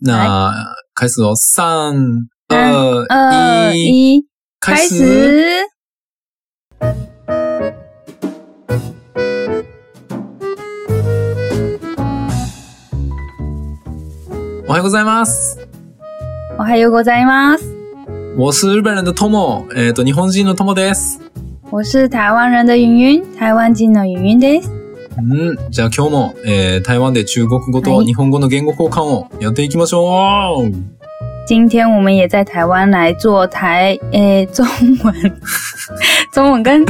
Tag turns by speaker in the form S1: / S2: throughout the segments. S1: 那开始哦，三
S2: 二
S1: 二一，
S2: 一，
S1: 开
S2: 开
S1: 始。
S2: 始。
S1: おはようございます。
S2: おはようございます，
S1: 我是日本人的 Tomo，えっと日本人の Tomo です。
S2: 我是台湾人的云云，台湾人の云云です。
S1: うん、じゃあ今日も、えー台湾で中国語と
S2: はい
S1: 日本語の言語交換をやっていきましょう。
S2: 今天我们也在台湾来做台诶、中文， 中文跟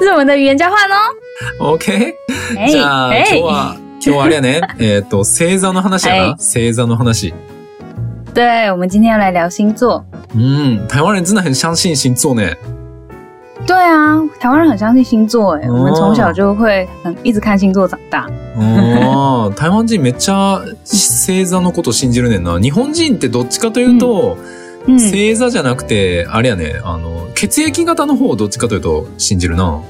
S2: 日文的语言交换 哦。
S1: OK。
S2: 哎
S1: じゃあ今日は今日はあれや ね、えっと星座の話やな。
S2: はい
S1: 星座の話。
S2: 对，我们今天要来聊星座。
S1: うん、台湾人真的很相信星座 ね。
S2: 对啊，台湾人很相信星座诶、
S1: 哦
S2: 我们从小就会很一直看星座长大。
S1: あー台湾人めっちゃ星座のこと信じるねんな。日本人ってどっちかというと、
S2: 嗯，
S1: 星座じゃなくて、あれやね、あの、血液型の方をどっちかというと信じるな。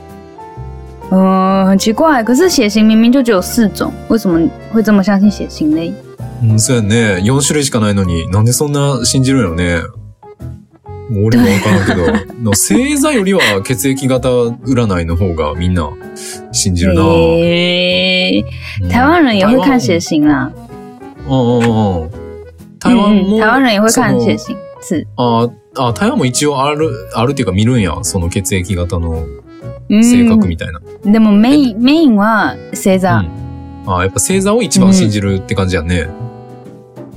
S2: 嗯，很奇怪，可是血型明明就只有四种，为什么会这么相信血型嘞？
S1: うん、そうやんね。4種類しかないのに、なんでそんな信じるんやろね。俺もわからんけど、の星座よりは血液型占いの方がみんな信じるな。
S2: 诶
S1: うん
S2: 台湾人也会看血
S1: 台
S2: 型啦，
S1: 湾うんうんうん台湾
S2: 嗯
S1: も、
S2: 嗯台湾人也会看血
S1: そ
S2: 型，是，
S1: のああ、台湾も一応ある、あるっていうか見るんや。その血液型の
S2: 嗯，
S1: 性格みたいな。
S2: でもメインメインは星座，
S1: うんあやっぱ星座を一番信じるって感じやね。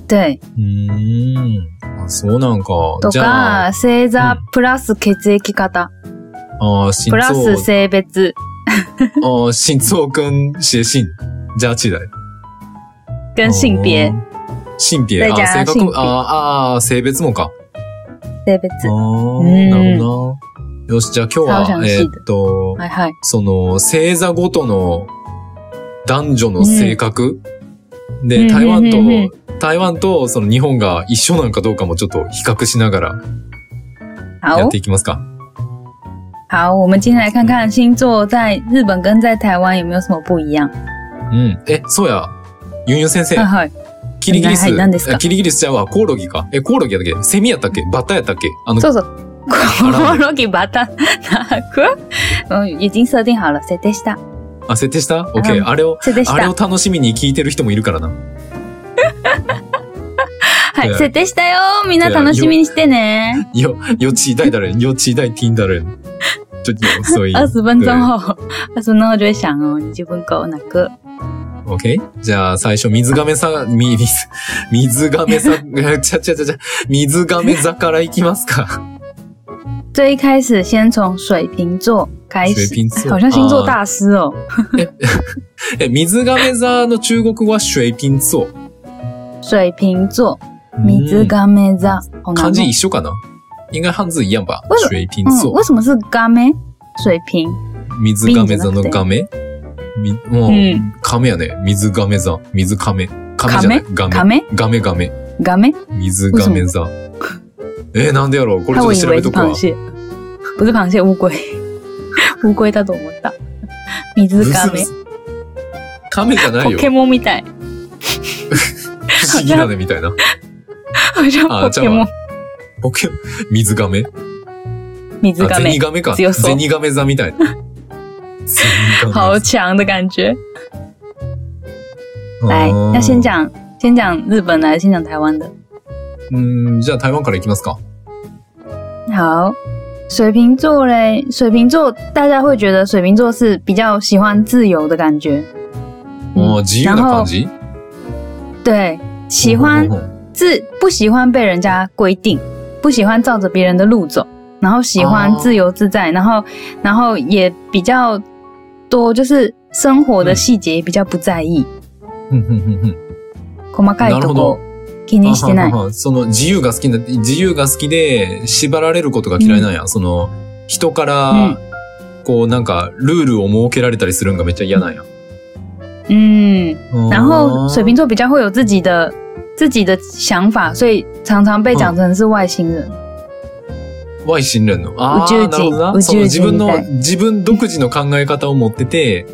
S2: 对，
S1: うーん。あそうなんか。
S2: と
S1: じゃあ、
S2: か星座
S1: うん
S2: プラス血液型
S1: あ心
S2: プラス
S1: 臓、
S2: 性別，
S1: あ心臓跟血型、加起来。
S2: 跟性别
S1: うん。性別、
S2: 再
S1: あ、
S2: 加
S1: 性
S2: 性
S1: 格、
S2: 別
S1: あ、あ、性別もか。
S2: 性別
S1: あ、
S2: ん
S1: ーなるほどな。よし、じゃあ今日
S2: 超
S1: は、
S2: 詳しい
S1: えーっと、
S2: はいはい。
S1: その、星座ごとの男女の性格、
S2: う
S1: で、
S2: ん
S1: 台湾と、
S2: うんうん
S1: 台湾とその日本が一緒なんかどうかもちょっと比較しながらや
S2: 好
S1: っていきますか。
S2: 好，我们今天来看看星座在日本跟在台湾有没有什么不一 样。
S1: うん。え、そうや。ユンユン先生
S2: はい、はい。
S1: キリギリス。
S2: はい何ですか
S1: あキリギリスちゃうわ。コオロギか。え、コオロギやったっけセミやったっけバッタやったっけあの、
S2: そ うそう。コオロギバタナク嗯，已经设定好了，谁でした？
S1: あ、設定したオッケー。
S2: うん
S1: あれを、
S2: 谁でし
S1: あれ
S2: た
S1: を？楽しみに聞いてる人もいるからな。
S2: はい、
S1: 对
S2: 谁でしたよ。みんな楽しみにしてね。
S1: よ、よちだいだれん。よちだいてんだれん。ちょっと、そういう。
S2: 二十分钟后， 二十分钟后就会想哦，你就问够哪个？
S1: オッケーじゃあ、最初、水亀さ、み、水、水亀さ、 ちゃちゃちゃちゃ、水亀座からいきますか。
S2: 最一开始先从水瓶座开
S1: 水
S2: 始，
S1: 瓶座。
S2: 好像星座
S1: あ
S2: 大师哦。
S1: ー。え、水亀座の中国語は水瓶座。啊
S2: 水瓶座，
S1: うん
S2: 水亀座，好难
S1: 漢
S2: 哦
S1: 字一緒かな应该汉字一样吧
S2: 为什。么
S1: 水瓶
S2: 嗯，
S1: 座
S2: 为，什么是嘎妹？水瓶，
S1: 水亀座の亀みもう
S2: うん、
S1: 亀やね。水亀座、水亀。亀じゃない。
S2: 嘎
S1: 亀。
S2: 妹，
S1: 亀亀。
S2: 嘎妹，
S1: 水亀座。えー、なんでやろうこれち
S2: 害
S1: ょ
S2: 我
S1: っと
S2: 以
S1: 調べ
S2: 为是
S1: とくわ
S2: 螃。蟹，不是螃蟹，乌龟， 乌龟だと思った。水
S1: ブ
S2: 亀
S1: ス、亀じゃない
S2: ポ
S1: よ。
S2: ケモンみたい。
S1: 不思議だね、みたいな。
S2: 好像
S1: あ
S2: ポ
S1: じゃあ
S2: ケモン、
S1: ポケ、水亀
S2: 水
S1: あ、ゼニ
S2: 亀，
S1: ガメか。
S2: 強そう
S1: ゼニガメ座みたい な。ゼニガ
S2: 好
S1: メ
S2: 强的感觉。
S1: 座。
S2: 来
S1: あ，ー
S2: 要先讲，先讲日本的，还是先讲台湾的？
S1: うん、じゃあ台湾からいきますか。
S2: 好，水瓶座嘞，水瓶座大家会觉得水瓶座是比较喜欢自由的感觉，
S1: あー自由な
S2: 然
S1: 感
S2: 后
S1: じ
S2: 对，喜欢
S1: うんうんうん
S2: 自不喜欢被人家规定，不喜欢照着别人的路走，然后喜欢
S1: 哦
S2: 自由自在，然后然后也比较多，就是生活的
S1: 嗯
S2: 细节比较不在意。
S1: うんうんうんうん
S2: 細かい
S1: なるほ
S2: とこ
S1: ど
S2: 気にしてな
S1: あ。
S2: い
S1: はははその自由が好きな、自由が好きで縛られることが嫌いなんや。その人から、
S2: うん
S1: こうなんかルールを設けられたりするんがめっちゃ嫌なんや。
S2: 嗯，
S1: 哦
S2: 然后
S1: あー
S2: 水瓶座比较会有自己的自己的想法，所以常常被讲成是外星人。
S1: Y 信連の。あ
S2: 宇
S1: あ、
S2: 宙人
S1: なるほどな。
S2: 宇宙人
S1: その自分の
S2: みたい、
S1: 自分独自の考え方を持ってて、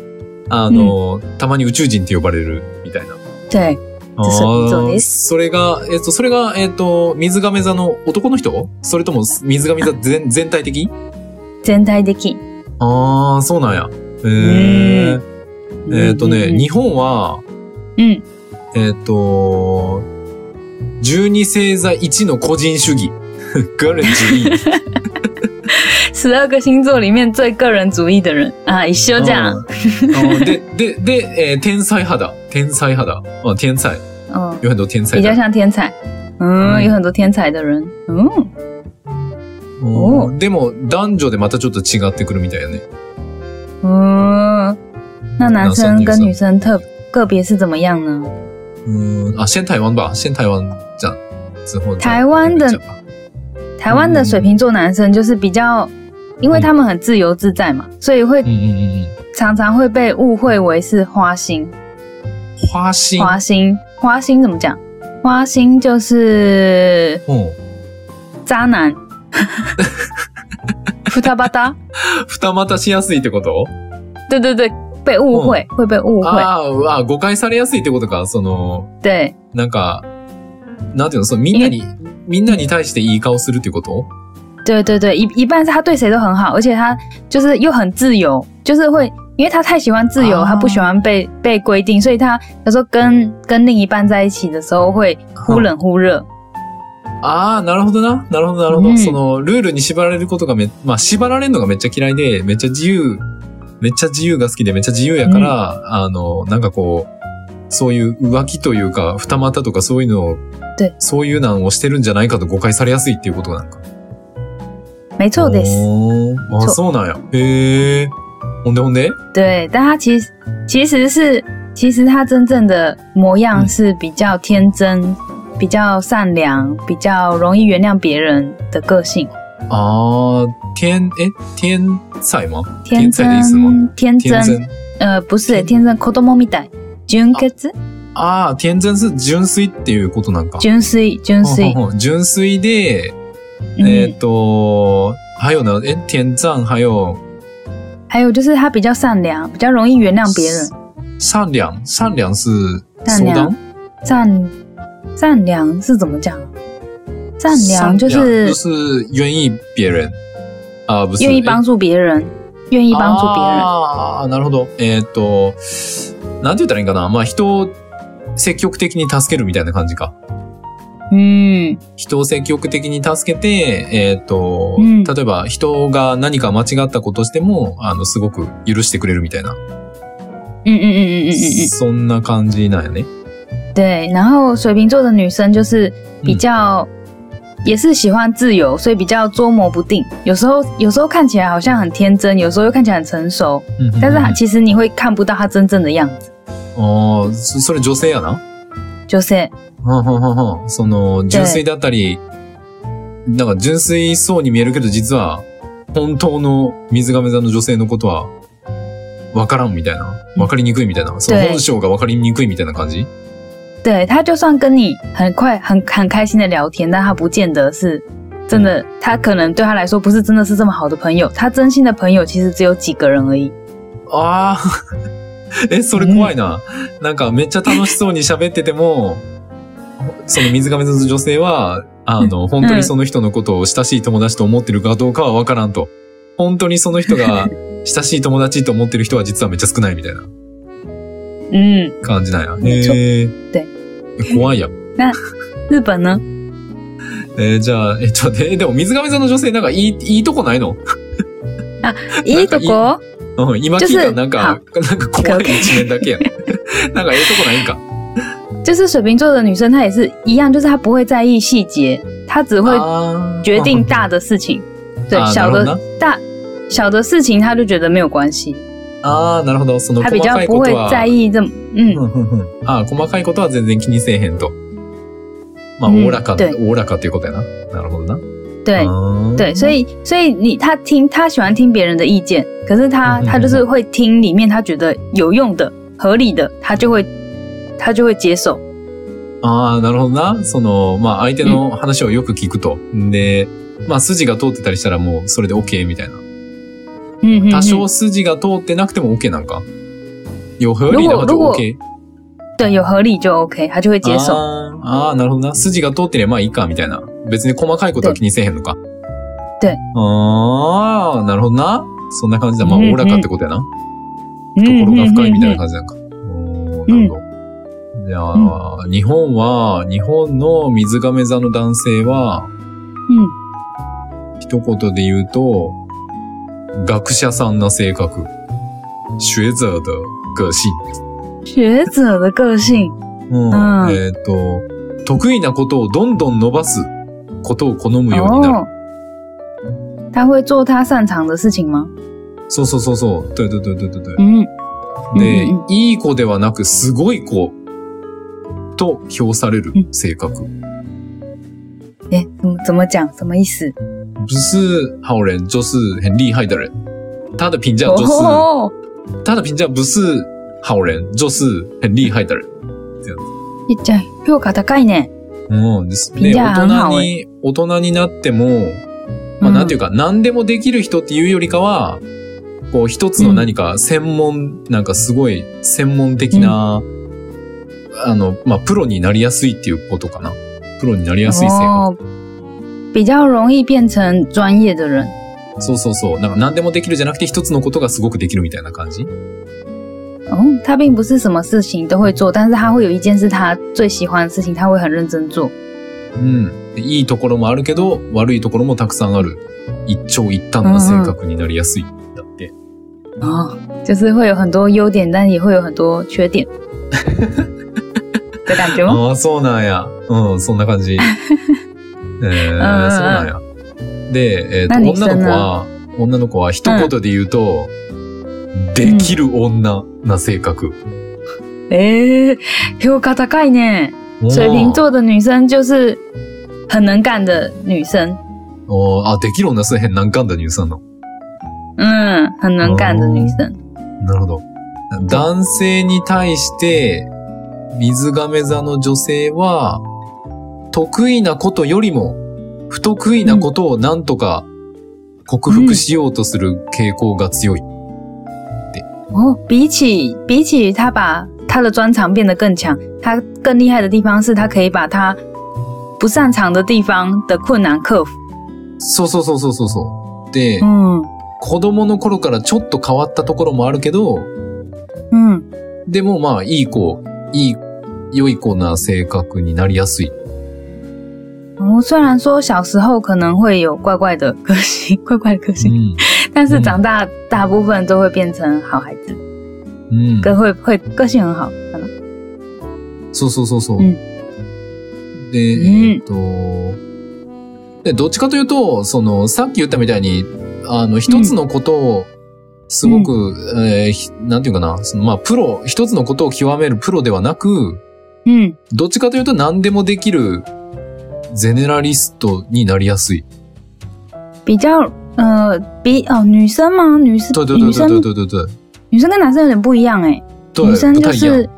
S1: あの、たまに宇宙人って呼ばれるみたいな。
S2: 对，
S1: あ
S3: 水瓶座
S1: ー
S3: です
S1: それが、えっと、それが、えっと、水亀座の男の人それとも水亀座全全体的
S2: 全体的。
S1: ああ、そうなんや。え
S3: ね
S1: ー、えっとね、日本は、
S2: うん。
S1: えっと、12星座1の個人主義。 个人主義。
S2: 十二个星座里面最个人主义的人啊，一緒じゃん。
S1: うんうんで、で、で、えー天才派だ。天才派だ。まあ、天才。
S2: 嗯，
S1: 有很多天才
S2: 比
S1: 的
S2: 较。像天才。嗯，
S1: 哦嗯
S2: 有很多天才的人。嗯，
S1: うんでも、男女でまたちょっと違ってくるみたいやね。
S2: 嗯，那男生跟女生特个别是怎么样呢？
S1: 嗯，啊，先台湾吧，先台湾这样，之后再
S2: 台湾的
S1: 讲吧
S2: 台湾的水瓶座男生就是比较，因为他们很自由自在嘛，所以会
S1: 嗯嗯嗯
S2: 常常会被误会为是花心。
S1: 嗯，花心，
S2: 花心，花心怎么讲？花心就是
S1: 嗯，
S2: 渣男。 ふたばた，
S1: 二股しやすいってこと？
S2: 对对对，被误会、
S1: 哦
S2: 会被误会，
S1: あーあー、誤解されやすいってことか。その
S2: 对
S1: なんかなんていうの、そのみんなにみんなに対していい顔するってこと？
S2: 对对对，一一半是他对谁都很好，而且他就是又很自由，就是会因为他太喜欢自由，
S1: 啊
S2: 他不喜欢被被规定，所以他有时候跟跟另一半在一起的时候会忽冷忽热，
S1: ああ、なるほどな、なるほどなるほど。
S2: うん
S1: そのルールに縛られることがめ、まあ縛られるのがめっちゃ嫌いで、めっちゃ自由、めっちゃ自由が好きでめっちゃ自由やから、あのなんかこう。そういう浮気というか、二股とかそういうのを
S2: 对、
S1: そういうなんをしてるんじゃないかと誤解されやすいっていうことなのか。
S2: 没错的，
S1: 哦おーあ、
S2: そう
S1: そうなんや。へえ。ほんでほんで
S2: 对，但他其实其实是其实他真正的模样
S1: 嗯
S2: 是比较天真、比较善良、比较容易原谅别人的个性，
S1: あー、天、え、天才吗
S2: 天
S1: 天才的意思吗
S2: 真天
S1: 天
S2: 真
S1: 真。
S2: 呃，不是
S1: 天
S2: 天真，子供みたい。純潔、
S1: あー、天真是純粋っていうことなんか。
S2: 純粋、純粋
S1: ほ。んほんほん純粋で、え
S2: 嗯
S1: っ、，と、还有呢、え、天真、还有、
S2: 还有就是他比较善良，比较容易原谅别人。
S1: 善良。善良是
S2: 善
S1: 相
S2: 良
S1: 当
S2: 善善良是怎么讲？善良就是
S1: 就是愿意别人。あー、不是。
S2: 愿意帮助别人，愿意帮助别人。
S1: あーなるほど。えーっと、なんて言ったらいいんかな。まあ人を積極的に助けるみたいな感じか。
S2: 嗯，
S1: 人を積極的に助けて、えーっと、
S2: うん
S1: 例えば人が何か間違ったことしても、あの、すごく許してくれるみたいな。
S2: 嗯嗯嗯嗯嗯嗯嗯。
S1: そんな感じなんやね。
S2: 对，然后水瓶座的女生就是比较、也是喜欢自由，所以比较捉摸不定。有时候有时候看起来好像很天真，有时候又看起来很成熟，
S1: うんうんうん
S2: 但是她其实你会看不到她真正的样子。
S1: あーそそれ女性やな。
S2: 就是
S1: はんはんはんはんその、純粋だったり、なんか純粋そうに見えるけど、実は、本当の水亀座の女性のことは、わからんみたいな。わかりにくいみたいな。その
S2: 对
S1: 本性がわかりにくいみたいな感じ
S2: 对她就算跟你很快很很开心的聊天，但她不见得是真的，她可能对她来说不是真的是这么好的朋友。她真心的朋友其实只有几个人而已。
S1: ああ。 え、それ怖いな。なんかめっちゃ楽しそうに喋ってても、その水亀座の女性は、あの、本当にその人のことを親しい友達と思ってるかどうかはわからんと。本当にその人 が親しい友達と思ってる人は実はめっちゃ少ないみたいな
S2: 嗯，
S1: 感じなんや。
S2: めっちゃ
S1: へえ。
S2: で
S1: え怖いやん。
S2: 日本呢？
S1: えーじゃあ、え、ちょっと待って、えでも水亀座の女性なんかいい、いいとこないの
S2: 咦，德国
S1: うん、今聞いたらなんか、なんか怖い
S2: OK
S1: 一面だ けやん。なんかええとこないんか。
S2: 就是水瓶座的女生，她也是一样，就是她不会在意细节，她只会
S1: あー
S2: 决定大的事情，对
S1: 哦啊
S2: 小
S1: な
S2: 的
S1: る
S2: 大小的事情，她就觉得没有关系，
S1: ああ、なるほど。その
S2: 她
S1: 細
S2: 比较
S1: かい
S2: 不
S1: こと
S2: 会
S1: は。
S2: 在意这么
S1: うん
S2: 嗯
S1: うんうんああ、細かいことは全然気にせえへんと。まあ、
S2: うん
S1: おおらか、
S2: 对
S1: おおらかということやな。なるほどな。
S2: 对
S1: あー
S2: 对，所以所以你她听她喜欢听别人的意见，可是她
S1: 嗯嗯嗯
S2: 她就是会听里面她觉得有用的、合理的，她就会她就会接受，
S1: ああ、なるほどな。その、まあ、相手の話をよく聞くと。で、まあ、筋が通ってたりしたらもう、それで OK みたいな。
S2: 嗯嗯
S1: 多
S2: 嗯
S1: 少筋が通ってなくても OK なんか。有合理
S2: 如
S1: な話
S2: 果如
S1: は
S2: 果
S1: OK。
S2: 对，有合理就 OK，他就会接受。
S1: あーあー、なるほどな。筋が通ってればまあいいか、みたいな。別に細かいことは気にせえへんのか。
S2: で
S1: ああ、なるほどな。そんな感じだ。まあ、
S2: うんうん
S1: おおらかってことやな。
S2: と
S1: ところが深いみたいな感
S2: 感
S1: じなんか。おーなるほど。じゃあ、日本は、日本の水亀座の男性は、
S2: じ。うん。
S1: 一言で言うと、学者さんな性格。学者的个性。
S2: 学者的个性，
S1: うん。
S2: うん
S1: えっ、と、得意なことをどんどん伸ばすことを好むようになる。
S2: 哦，他会做他擅长的事情吗？
S1: そうそうそうそう。对对对对对对。
S2: 嗯，
S1: で
S2: うん、
S1: いい子ではなく、すごい子と評される性格。
S2: 诶，怎么怎么讲？什么意思？
S1: 不是好人，就是很厉害的人。他的评价就是，
S2: 哦，
S1: 他的评价不是好人，就是很厉害的人。
S2: 一讲評価高いね。
S1: うん、ですね。
S2: いや
S1: 大
S2: な
S1: 人
S2: お
S1: に、大人になっても、まあ、
S2: うん
S1: なんていうか、何でもできる人っていうよりかは、こう、一つの何か専門、なんかすごい専門的な、あの、まあ、プロになりやすいっていうことかな。プロになりやすい性格。
S2: 哦，比较容易变成专业的人。
S1: そうそうそう。なんか何でもできるじゃなくて一つのことがすごくできるみたいな感じ。
S2: 哦，他并不是什么事情都会做，但是他会有一件是他最喜欢的事情，他会很认真做。
S1: うん。でいいところもあるけど、悪いところもたくさんある。一長一短な性格になりやすい。だって。
S2: 哦，就是会有很多优点，但也会有很多缺点的感觉 吗？
S1: ああ、そうなんや。うん、そんな感 じ。えー、そう
S2: うん
S1: なんや。で、えっ、と、
S2: 何して
S1: 女
S2: んの
S1: の子は、女の子は一言で言うと、できる女な性格。
S2: 诶，評価高いね。水瓶座的女生就是很能干的女生，
S1: おーあ、できる女すへん難関だニュースなの。
S2: 嗯，很能干的女生。
S1: なるほど。男性に対して、水亀座の女性は、得意なことよりも、不得意なことをなんとか克服しようとする傾向が強い。
S2: 哦，比起比起他把他的专长变得更强，他更厉害的地方是他可以把他不擅长的地方的困难克服。
S1: そうそうそうそうそうそう。で、
S2: 嗯
S1: 子供の頃からちょっと変わったところもあるけど、
S2: 嗯
S1: でもまあ、いい子、いい、良い子な性格になりやすい。
S2: 哦，虽然说小时候可能会有怪怪的个性，怪怪的个
S1: う
S2: 性，
S1: ん。
S2: 但是长大大部分都会变成好孩子，
S1: うん。
S2: 个会会个性很好。嗯可能
S1: そうそうそうそう。
S2: うん
S1: で、えーっと、で、どっちかというと、その、さっき言ったみたいに、あの、一つのことを、すごく、えーひなんていうかな、その、まあ、プロ、一つのことを極めるプロではなく、
S2: 嗯
S1: どっちかというと何でもできる、ゼネラリストになりやすい。
S2: 比较呃比哦女生吗？女生
S1: 对对对对对
S2: 女生
S1: 对对对，
S2: 女生跟男生有点不一样哎、
S1: 对
S2: 女生
S1: 不
S2: 就
S1: 太一样
S2: 是。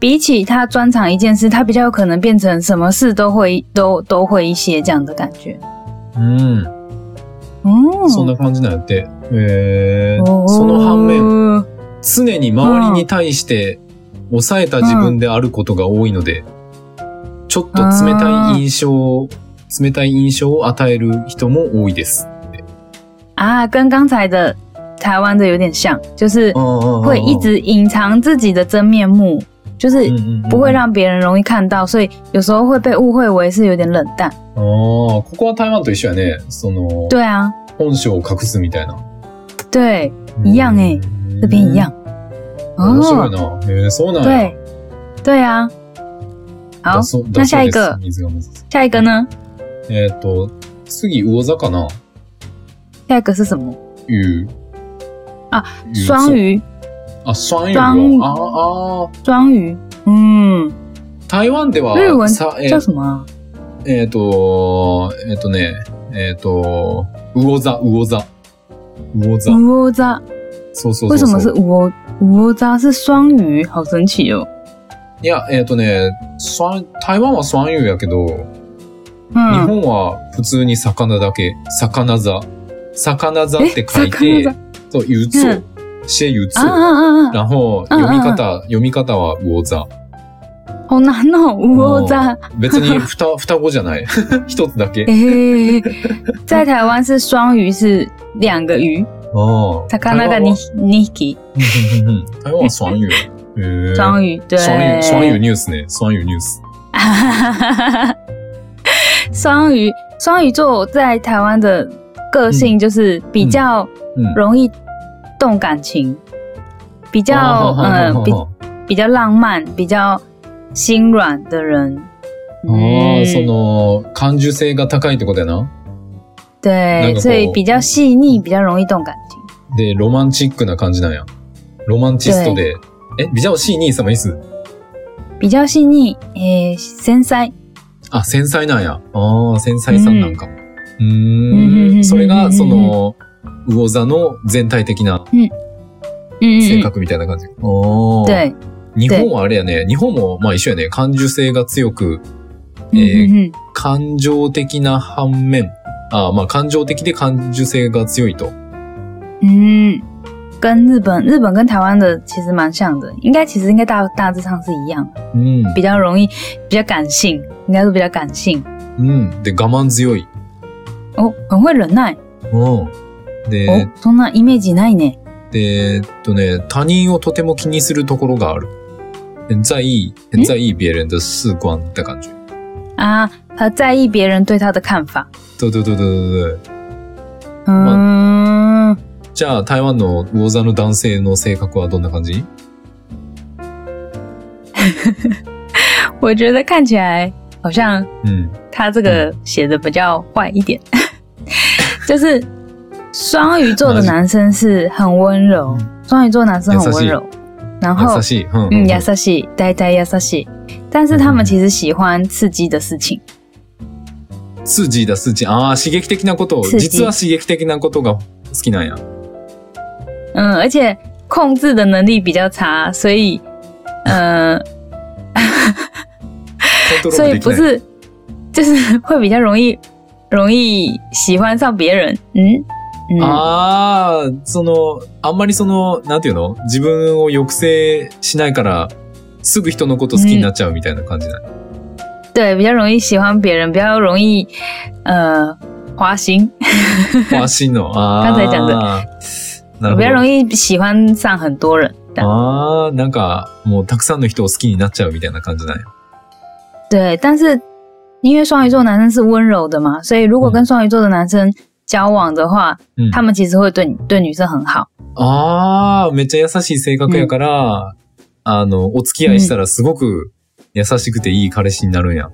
S2: 比起她专长一件事，她比较有可能变成什么事都会都都会一些这样的感觉。
S1: うん。
S2: 嗯，
S1: そんな感じなんやって。へえ
S2: 哦
S1: その反面、常に周りに対して抑えた自分であることが多いので、ちょっと冷たい印象を、冷たい印象を与える人も多いです。
S2: 啊，跟刚才的台湾的有点像，就是
S1: 哦
S2: 会
S1: 会
S2: 一直隐藏自己的真面目，就是
S1: 嗯
S2: 不会让别人容易看到，所以有时候会被误会为是有点冷淡。
S1: ああー、ここは台湾と一緒やね。その、
S2: 对啊，
S1: 本性を隠すみたいな。
S2: 对，一样欸
S1: うん
S2: 这边一样。。哦
S1: 面白いな。へえそうなんや。
S2: 对，对啊。好
S1: だ，そうだそ
S2: 那
S1: う
S2: 下一
S1: です
S2: 个，
S1: 水が
S2: 下一个呢？
S1: えっと、次、魚座かな
S2: 下一个是什么？
S1: 鱼。
S2: あ、
S1: 魚座
S2: 双。鱼，
S1: あ、双鱼。
S2: 双鱼
S1: ああー、
S2: 双鱼，嗯，
S1: 台湾では
S2: 日文
S1: さえ
S2: 叫什么啊？
S1: えっと、えっ、とね、えっ、と、魚座、魚座。魚座。
S2: 乌欧扎？
S1: そうそうそうそう。
S2: 为什么是乌欧？乌欧扎是双鱼，好神奇哦。
S1: いや、えっ、とね、双台湾は双魚やけど、日
S2: 嗯，
S1: 本は普通に魚だけ、魚座。魚座って書い
S2: 魚
S1: て
S2: 座、
S1: そう、魚座。谢宇字
S2: 啊，啊啊啊！
S1: 然后
S2: 嗯
S1: 読み方、読み方は魚座。
S2: 好难哦，乌欧 扎。
S1: 別に双双子じゃない。 一つだけ。
S2: 诶、在台湾是双鱼，是两个鱼。
S1: 哦，
S2: 他看那个
S1: 台
S2: 你
S1: 湾は
S2: 你 i
S1: うんうんうん台湾は 双语。へー
S2: 双鱼，对，
S1: 嗯双语双语 news ね。双语 news。
S2: 双鱼，双鱼座在台湾的个性
S1: 嗯
S2: 就是比较
S1: うん。
S2: 容易动感情，比较
S1: 哦
S2: 嗯、
S1: 哦
S2: 比
S1: 哦
S2: 比较浪漫、比较心软的人。哦嗯
S1: ああ、その、感受性が高いってことやな。なん
S2: 对，
S1: かこう
S2: 所以比较细腻，比较容易动感情。
S1: で、ロマンチックな感じなんや。ロマンチストで。え、比較细腻什么意思
S2: 比较细腻，诶、繊細。
S1: あ、繊細なんや。ああ、繊細さんなんか。う
S2: うんうんうんうんうんう
S1: ー
S2: ん
S1: ん。それが、その、魚座の全体的な
S2: 嗯
S1: 性
S2: 嗯嗯，
S1: 格みたいな感じ。おー。
S2: 对，
S1: 日本はあれやね。日本も、まあ一緒やね。感受性が強く、え
S2: 嗯
S1: ー
S2: 嗯嗯，
S1: 感情的な反面。あーまあ感情的で感受性が強いと。
S2: 嗯，跟日本、日本跟台湾的其实蛮像的，应该其实应该大大致上是一样，
S1: うん。
S2: 比较容易，比较感性，应该是比较感性。
S1: うん。で、我慢強い。
S2: 哦，很会忍耐。
S1: うん。で、
S2: 哦，そんなイメージないね。
S1: でえっとね、他人をとても気にするところがある。在意、
S2: ん
S1: 在意别人的四观って感じ。
S2: 啊，他在意别人对他的看法。
S1: 对对对对对对。
S2: 嗯，
S1: じゃあ、台湾の魚座の男性の性格はどんな感じ
S2: 我觉得看起来好像
S1: うん。
S2: 他这个写的比较坏一点， 就是双鱼座的男生是很温柔
S1: 嗯，
S2: 双鱼座男生很温柔，然后
S1: 優しい。うんうんうん
S2: 嗯，亚萨西，呆呆亚萨西，但是他们其实喜欢刺激的事情，
S1: スージーだ、スージー。ああ、刺激的なことを。
S2: スージー
S1: 実は刺激的なことが好きなんや。
S2: 嗯，而且控制的能力比较差，所以，呃，
S1: コントロ
S2: 所
S1: ールでき
S2: 以不
S1: ない。
S2: 是，就是会比较容易容易喜欢上别人，嗯
S1: 啊あ
S2: 嗯，
S1: あ、その、あんまりその、なんていうの自分を抑制しないから、すぐ人のこと好きになっちゃうみたいな感じなの。
S2: 对，比较容易喜欢别人，比较容易，呃，花心，
S1: わしの。ああ。
S2: 刚才讲的
S1: なるほ
S2: 比
S1: ど
S2: 较。容易喜欢上很多人，这
S1: 哦ああ、
S2: 样
S1: なんか、もうたくさんの人を好きになっちゃうみたいな感じなんや。
S2: 对，但是因为双鱼座男生是温柔的嘛，所以如果跟双鱼座的男生交往的话，
S1: うん
S2: 他们其实会对你对女生很好。
S1: ああ、めっちゃ優しい性格やから、あの、お付き合いしたらすごく優しくていい彼氏になるんや。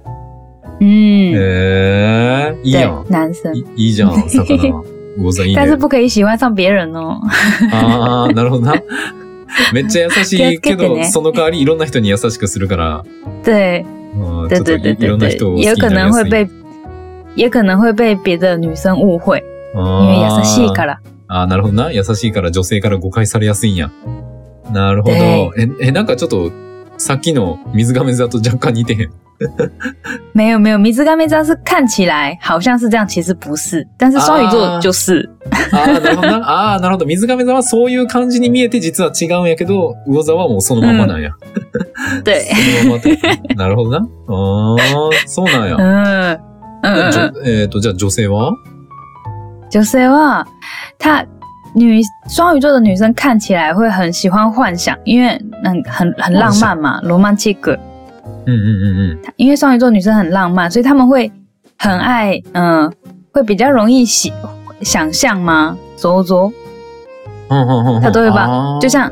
S2: 嗯，
S1: へえ、いい
S2: 对
S1: やん，。
S2: 男生，
S1: いいいじゃ ん、魚。魚座いい
S2: 但是
S1: ね。
S2: 不可以喜欢上别人哦。
S1: ああ、なるほどな。めっちゃ優しいけ
S2: 気をつけて
S1: ど、
S2: ね
S1: その代わりいろんな人に優しくするから、
S2: 对，
S1: うんちょ
S2: 对
S1: っと
S2: 对对
S1: いい
S2: 对
S1: ろんな人を好
S2: 对，
S1: き
S2: 也有可
S1: になりや
S2: 能会
S1: すい。
S2: 被，也可能会被别的女生误会，因为
S1: あ
S2: 優
S1: ー
S2: しいから。
S1: ああ、なるほどな。優しいから女性から誤解されやすいんや。なるほど。
S2: で
S1: え、え、なんかちょっと、さっきの水亀座と若干似てへん。
S2: 没有没有，米兹甘梅扎是看起来好像是这样，其实不是，但是双鱼座
S1: 啊
S2: 就是。
S1: ああ、なるほどな。 ああー、なるほど。水亀座はそういう感じに見えて実は違うんやけど、魚座はもうそのままなんや。
S2: 对，
S1: そのままっ て。なるほどな。ああ、そうなんや。
S2: 嗯嗯嗯
S1: じょ。
S2: 嗯
S1: えっ、と、じゃあ女性は
S2: 就是哇，她女双鱼座的女生看起来会很喜欢幻想，因为嗯很很浪漫嘛，罗曼蒂克。
S1: うんうん
S2: 她因为双鱼座女生很浪漫，所以她们会很爱，嗯、会比较容易喜想象吗？走走，
S1: うんうん。うんうんうん。
S2: 例えば
S1: あー
S2: 就像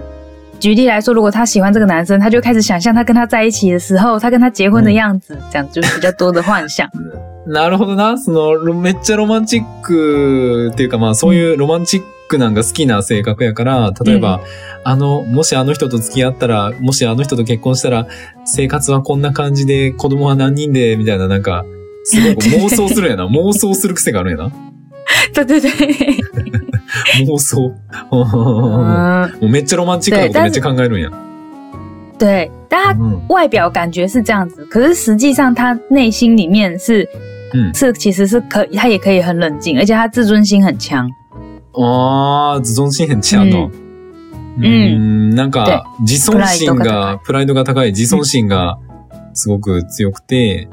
S2: 举例来说，如果她喜欢这个男生，她就开始想象他跟他在一起的时候，他跟他结婚的样子，这样就是比较多的幻想。
S1: なるほどな。その、ロめっちゃロマンチックっていうか、まあそういうロマンチックなんか好きな性格やから、例えば、あの、もしあの人と付き合ったら、もしあの人と結婚したら、生活はこんな感じで、子供は何人で、みたいな、なんか、すごい妄想する やな。妄想する癖があるやな。
S2: 对 对对，
S1: 妄想。 も
S2: 嗯，
S1: うめっちゃロマンチックなことめっちゃ考えるんや。
S2: 对，但她
S1: うん
S2: 外表感觉是这样子，可是实际上他内心里面是，
S1: 嗯
S2: 是其实是可以，他也可以很冷静，而且他自尊心很强。
S1: あー、自尊心很強の。
S2: ん
S1: うんなんか、自尊心が、プライドが高い、自尊心がすごく強くて、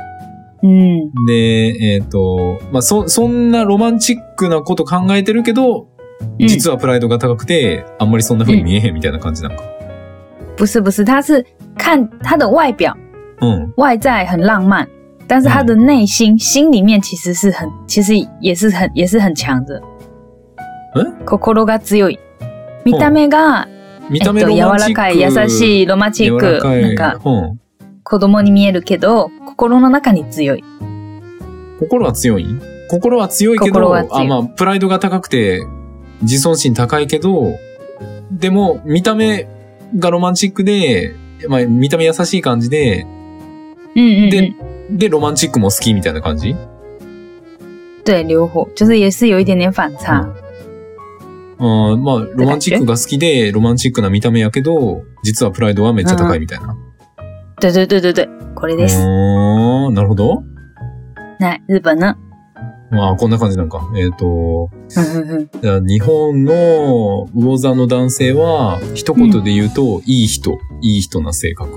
S2: 嗯
S1: で、えっ、と、まあ、そ、そんなロマンチックなこと考えてるけど、
S2: 嗯，
S1: 実はプライドが高くて、あんまりそんな風に見えへんみたいな感じなんか。
S2: 不是不是，他是看他的外表
S1: うん。
S2: 外在很浪漫，但是他的内心、心里面其实是很，其实也是很也是很强的。
S1: え
S2: 心が強い。見た目が、
S1: 見
S2: え
S1: た
S2: っ
S1: 目
S2: と、
S1: ロ
S2: 柔
S1: マンチ
S2: ら
S1: ック。
S2: かい、優しい、ロマンチッ
S1: 柔ら
S2: ク、
S1: か。
S2: ないんか
S1: うん。
S2: 子供に見えるけど、心の中に強い。
S1: 心は強い心は強いけ
S2: 心
S1: ど、
S2: は強
S1: あ、
S2: い
S1: まあ、プライドが高くて、自尊心高いけど、でも、見た目がロマンチックで、まあ、見た目優しい感じで、
S2: 嗯嗯
S1: で
S2: 嗯，
S1: で、ロマンチックも好きみたいな感じ
S2: 对，流火就是也是有一点点反差。
S1: うん、まあ、ロマンチックが好きで、ロマンチックな見た目やけど、実はプライドはめっちゃ高いみたいな。
S2: 对对对对对，これ
S1: う
S2: です。
S1: ーん、なるほど。
S2: 那日本呢？
S1: まあ、こんな感じなんか。えっ、と、
S2: 嗯嗯嗯，
S1: じゃあ日本の魚座の男性は、一言で言うと、いい人、いい人な性格。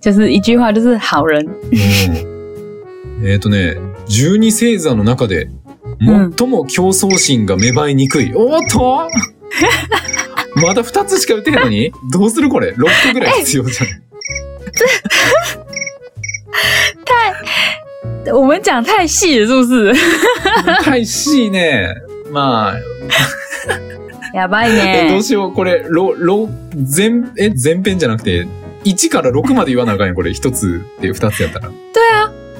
S2: 就是一句话，就是好人。
S1: うん えっ、とね、十二星座の中で、最も競争心が芽生えにくい。おーっ とまだ二つしか打てへんのにどうするこれ ?6 個ぐらい必要じゃない
S2: 我们讲太细了，是 不是？
S1: 大しいね。まあ、
S2: やばい
S1: えど
S2: ね
S1: う。しよう。これ、ろ、ろ、全、え、全編じゃなくて、1から6まで言わなあかんよ。これ、1つで2つやったら。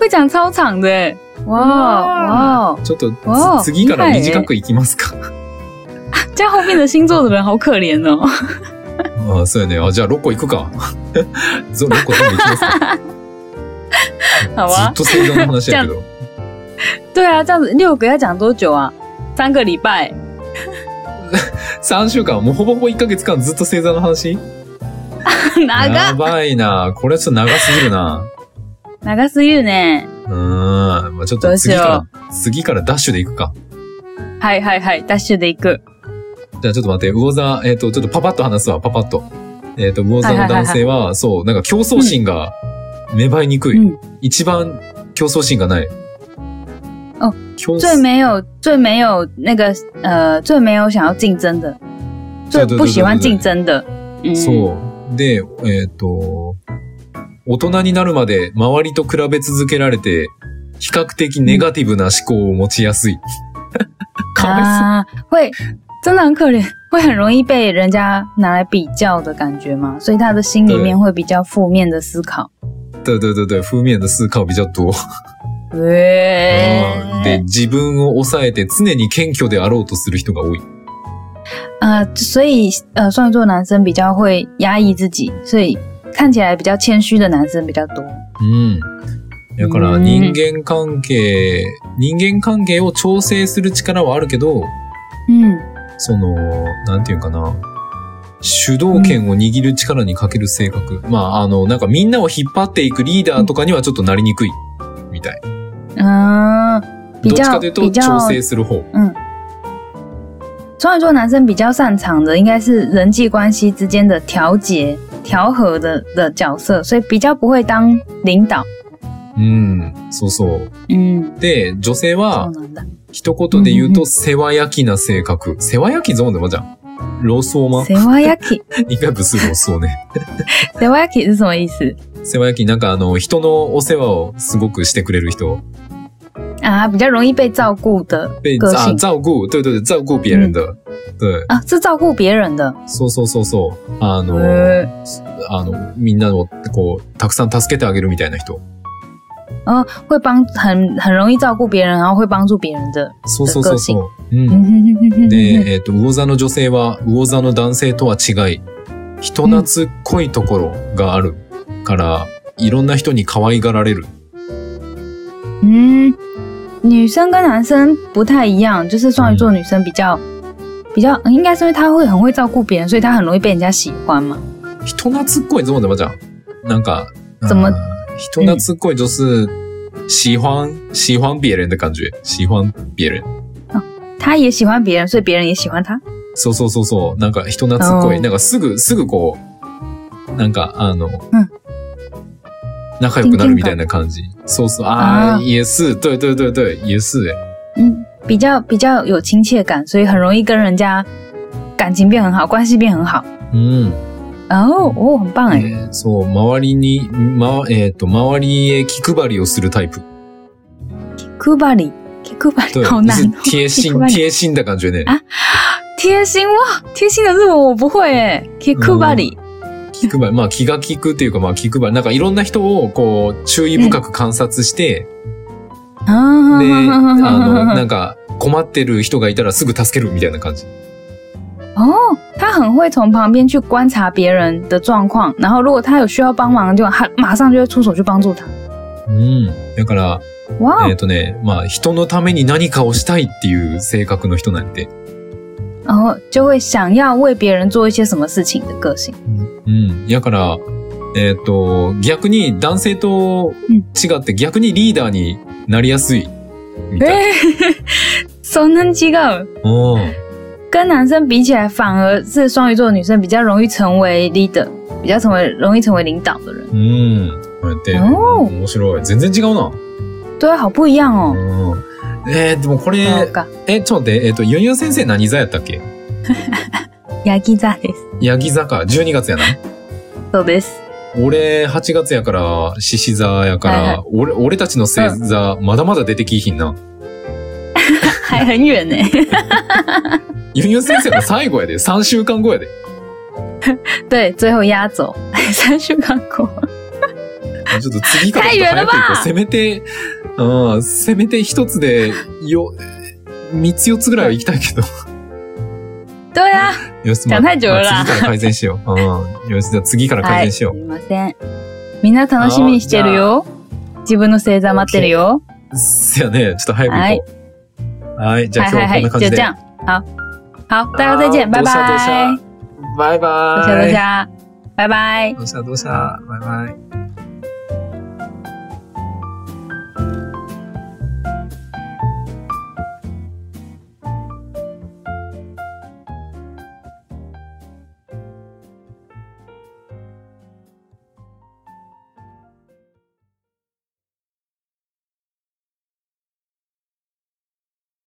S2: 会讲超长的耶，哇
S1: 哇
S2: 哇！哦
S1: ちょっとつ
S2: おー、
S1: 次から
S2: いいね
S1: 短くいきますか。
S2: 这样后面的星座的人好可怜哦。
S1: ああ、そうやね。あ、じゃあ6個いくか。 そう、6個全部いきます か。
S2: 好
S1: ずっ
S2: 啊，
S1: と星座の話やけど。
S2: 对啊，这样子六个要讲多久啊？三个礼拜。
S1: 3週間、もうほぼほぼ1ヶ月間ずっと星座の話
S2: 哪
S1: や
S2: 个？
S1: ばいな。これはちょっと長すぎるな。
S2: 哪个是玉呢？
S1: うーん。まあ、ちょっと次
S2: どう
S1: から、次からダッシュでいくか。
S2: 嗨嗨嗨，大学的一个。
S1: じゃあちょっと待って、魚座、えっ、と、ちょっとパパッと話すわ、パパッと。えっ、と、魚座の男性は、そう、なんか競争心が芽生えにくい。
S2: 嗯，
S1: 一番競争心がない。
S2: 哦
S1: 競
S2: 最
S1: 争、
S2: 没有最没有那个呃，最没有想要竞争的，
S1: 对对
S2: 最
S1: 对
S2: 不喜欢竞争的。嗯，
S1: そう。で、えっ、と、大人になるまで周りと比べ続けられて、比較的ネガティブな思考を持ちやす い。かわいそう。
S2: 啊，会真的很可怜， 会很容易被人家拿来比较的感觉嘛，所以他的心里面会比较负面的思
S1: 哦
S2: 考。
S1: 对对对对，负面的思考比较多。うんで、
S2: 对，
S1: 自分を抑えて常に謙虚であろうとする人が多い。
S2: 呃，所以呃，双鱼座男生比较会压抑自己，所以看起来比较谦虚的男生比较多。
S1: うん。だから
S2: うん
S1: 人間関係、人間関係を調整する力はあるけど、
S2: 嗯，
S1: その、なんていうかな。主導権を握る力に欠ける性格。まあ、あの、なんかみんなを引っ張っていくリーダーとかにはちょっとなりにくい。みたい。
S2: 嗯、比
S1: どっち
S2: 较
S1: かというと
S2: 比较
S1: 調整する方。
S2: 双鱼座男生比较擅长的应该是人际关系之间的调节、调和的的角色，所以比较不会当领导。
S1: うん。そうそう。
S2: 嗯，
S1: で、女性は
S2: そう、なんだ。
S1: 一言で言う
S2: うんう
S1: と、世話焼きな性格。世話焼きゾーンでもじゃん。ロースオーマン
S2: 世話焼 き，
S1: 一回不是ロースオーね。
S2: 世話焼き是什么意思
S1: 世話焼き、なんかあの、人のお世話をすごくしてくれる人。
S2: 啊？比较容易被照顾的
S1: 被、
S2: 个
S1: あ、
S2: 性
S1: 照顾、对对对、照顾别人的。对。
S2: 啊，是照顾别人的。
S1: そうそうそうそう。あの、
S2: 呃，
S1: あの、みんなを、こう、たくさん助けてあげるみたいな人。
S2: 会帮很很容易照顾别人，然后会帮助别人的。
S1: そうそうそうそう。う
S2: 嗯
S1: ん。
S2: 哼哼哼 哼
S1: で、
S2: 哼
S1: えっ、と、魚座の女性は、魚座の男性とは違い、人懐っこいところがあるから、いろんな人に可愛がられる。
S2: 嗯，女生跟男生不太一样，就是双鱼座女生比较、比较，嗯应该是因为她会很会照顾别人，所以她很容易被人家喜欢嘛。
S1: 人懐っこいゾーンでもじゃん。なんか、
S2: 怎么
S1: うん人懐っこい就是、喜欢、喜欢别人的感觉。喜欢别人。
S2: 她也喜欢别人，所以别人也喜欢她。
S1: そうそうそうそう。なんか人懐っこ
S2: う
S1: い。
S2: ん
S1: なんかすぐ、すぐこう、なんかあの、
S2: ん
S1: 仲良くなるみたいな感じ。そうそう。
S2: あ
S1: あ
S2: ー
S1: あ、也是。对对对对。也是。
S2: 嗯，比较比较有亲切感，所以很容易跟人家感情变很好，关系变很好。
S1: うん。
S2: 哦哦，很棒哎！
S1: えーそう、周りに、ま、えっ、と、周りへ気配りをするタイプ。
S2: 库巴里，库巴里
S1: 对，
S2: 好
S1: 就
S2: 难
S1: 是
S2: 哦，
S1: 贴心、
S2: 贴
S1: 贴心的感觉ね。
S2: 啊贴心哇，贴心的日文我不会哎，
S1: 嗯
S2: 库巴里，
S1: 気配り。まあ気が利くっていうか、まあ気配り。なんかいろんな人をこう、注意深く観察して、
S2: 啊
S1: で、あの、なんか困ってる人がいたらすぐ助けるみたいな感じ。
S2: 哦，他很会从旁边去观察别人的状况，然后如果他有需要帮忙的地方，他马上就会出手去帮助他。
S1: うん。だから、
S2: 哇哦
S1: えっ、とね、まあ人のために何かをしたいっていう性格の人なんで。
S2: 然后就会想要为别人做一些什么事情的个性。
S1: うん。だから、えっ、と、逆に男性と違って逆にリーダーになりやすい。みたい
S2: 哎，手能机构
S1: な。うん。
S2: 跟男生比起来，反而是双鱼座的女生比较容易成为 leader，比较成为容易成为领导的人。
S1: うん。こうやって、
S2: おー
S1: 面白い。全然違うな。
S2: 对啊，好不一样哦。
S1: うん。えー、でもこ
S2: そう
S1: れ、
S2: か、
S1: え、ちょっと待って、えっ、と、ユンユン先生何座やったっけ
S2: ヤギ 座です。
S1: ヤギ座か。12月やな。
S2: そうです。
S1: 俺、8月やから、獅子座やから、
S2: はいはい
S1: 俺、俺たちの星座、まだまだ出てきいひんな。
S2: 还很远呢。
S1: ユンユン先生の最後やで。3週間後やで。
S2: 对，最后压轴， 三週間 後。
S1: ちょっと次からちょっ
S2: 太
S1: と
S2: 远了
S1: 早
S2: 吧
S1: く行こう。せめて、うん、せめて一つで、よ、3つ4つぐらいは行きたいけど。
S2: 对啊，
S1: よし、
S2: 讲太久了啦
S1: 次から改善しよう。うん。よし、じゃあ次から改善しよう。
S2: すみません。みんな楽しみにしてるよ。自分の星座待ってるよ。
S1: せやね、ちょっと早く行こう。はい、じゃあ
S2: はい
S1: 今日
S2: はい
S1: は
S2: は，
S1: こんない感
S2: 就
S1: じで。
S2: 这样。好，好，大家再见，拜
S1: 好多下多
S2: 拜
S1: 下。バイバ
S2: 多
S1: イ。
S2: 下多下，拜拜。
S1: どうしたどうしたバイバイ。